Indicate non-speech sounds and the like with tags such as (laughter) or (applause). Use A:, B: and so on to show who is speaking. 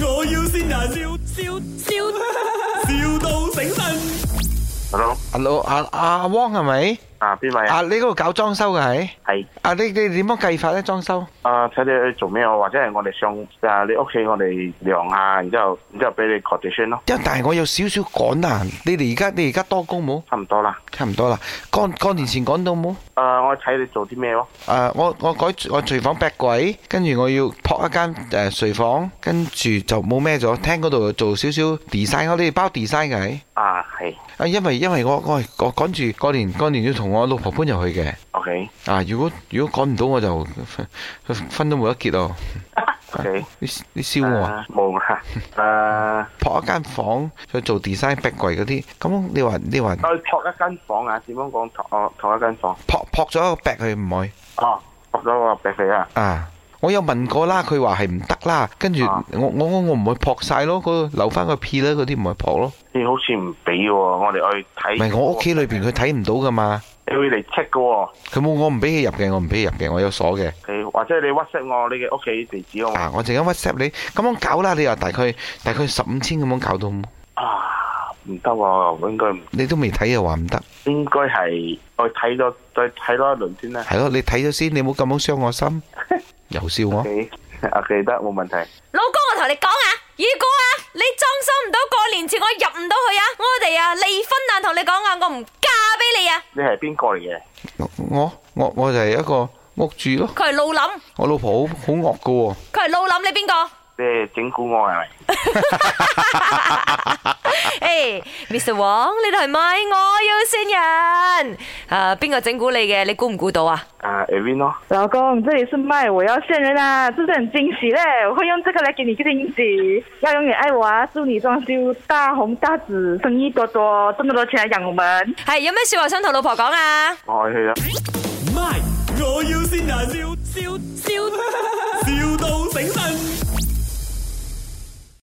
A: 要先人，笑笑笑，,笑到醒神。
B: Hello，
C: Hello，阿阿汪係咪？
B: 啊邊位啊
C: 啊，？你嗰度搞裝修嘅係？
B: 係
C: 啊，你你點樣計法咧？裝修？
B: 啊，睇你去做咩啊？或者係我哋上啊你屋企我哋量下，然之後然之後俾你 quotation 咯，
C: 因為但係我有少少趕啊，你哋而家你而家多工冇？
B: 差唔多啦。
C: 差唔多啦，過過年前趕到冇？
B: 啊，我睇你做啲咩咯？
C: 誒、我我改我廚房劈櫃，跟住我要撲一間誒、呃睡房，跟住就冇咩咗。廳嗰度做少少 design，我哋包 design 嘅係。
B: 啊係
C: 啊，因為因為我我我趕住過年過年要同我老婆搬入去嘅。
B: ，OK
C: 啊，如果如果趕唔到我就 (laughs) 分都冇得結咯。
B: OK，
C: 你你笑我啊？
B: 啊冇啊， (laughs) 啊，
C: 撲一間房去做 design 壁櫃嗰啲，咁你話你話
B: 我托一間房啊？點樣講托哦托一間房？
C: 撲撲咗一個壁佢唔會
B: 哦，托咗個俾佢啊。
C: 啊？我有問過啦，佢話係唔得啦，跟住
B: 啊
C: 我我我我唔會撲晒咯，嗰留翻個屁啦，嗰啲唔係撲咯，
B: 你好似唔俾喎，我哋去
C: 唔
B: 睇。
C: 係我屋企裏邊佢睇唔到噶嘛，
B: 你會嚟 check 嘅喎。
C: 佢冇我唔俾佢入嘅，我唔俾佢入嘅，我有鎖嘅。
B: 你或者你 WhatsApp 我你嘅屋企地址好嘛？
C: 啊，我陣間 WhatsApp 你，咁樣搞啦，你話大概大概十五千咁樣搞到，
B: 啊，唔得喎，應該唔
C: 你都未睇又話唔得，
B: 應該係我睇咗再睇多一輪先啦。
C: 係咯，你睇咗先，你唔好咁樣傷
B: (laughs)
C: 我心，又笑我。
B: OK (laughs) OK 得冇問題。
D: 老公，我同你講啊，如果啊你裝修唔到過年前，我入唔到去啊，我哋啊離婚啊，同你講啊，我唔嫁俾你啊。
B: 你係邊個嚟嘅？
C: 我我我我就係一個屋主咯。
D: 佢係老林，
C: 我老婆好好惡噶喎，
D: 佢係老林，你邊個？
B: 你係整蠱我係咪？
D: 诶、m r 王，你度係咪我要先人？啊，邊個整蠱你嘅？你估唔估到啊？
B: 啊 e v i n 咯，
E: 老公，这里是麦，我要现人啊，是不是很惊喜嘞？我会用这个来给你一个惊喜，要永远爱我啊！祝你装修大红大紫，生意多多，这么多钱来养我们。
D: 係有咩说話想同老婆講啊？
B: 我愛佢啦。
A: My，我要先人，笑笑